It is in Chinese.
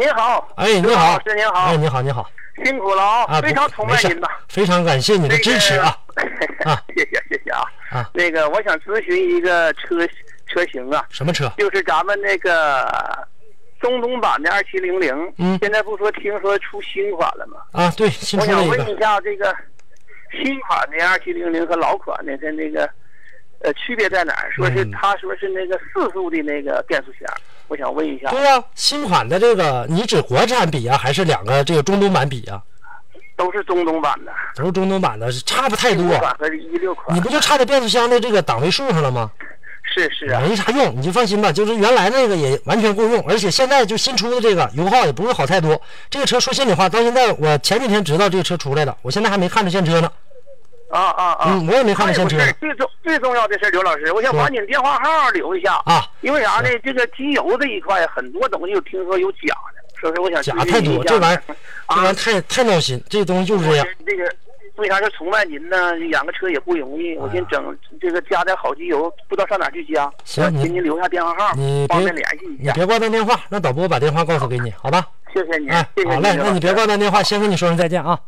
您好，哎，你刘好，老师您好哎，你好，你好，辛苦了啊，啊，非常不崇没拜事您呐。非常感谢你的支持 啊，那个啊谢谢谢谢啊。啊，那个，我想咨询一个车车型啊，什么车？就是咱们那个中东版的二七零零，嗯现在不说听说出新款了吗？啊，对，新我出想了一问个，一下，这个新款的二七零零和老款的它那个呃区别在哪儿？说是嗯他说是那个四速的那个变速箱，我想问一下，对呀，新款的这个，你指国产比啊，还是两个这个中东版比啊？都是中东版的，都是中东版的，差不太一多五，款和一六款你，不就差在变速箱的这个档位数上了吗？是是啊，没啥用，你就放心吧，就是原来那个也完全够用，而且现在就新出的这个油耗也不会好太多。这个车说心里话，到现在我前几天知道这个车出来了，我现在还没看着现车呢。啊啊啊！嗯我也没看还到有现个车事儿最重最重要的事儿，刘老师，我想把你的电话号留一下啊因为啥呢？这个机油这一块，很多东西我听说有假的，所以说我想假咨询太一多，下这玩意儿，这玩意哎啊儿，太太闹心，这东西就是这样。这个为啥说崇拜您呢？养个车也不容易，我先整这个加点好机油，不知道上哪儿去加。啊行我你给您留下电话号你，方别便联系一你下。别挂断电话，让导播把电话告诉给你，好吧？谢谢您哎，嗯谢谢好您，嘞，刘那老你师啊别挂断电话，先跟你说声再见啊。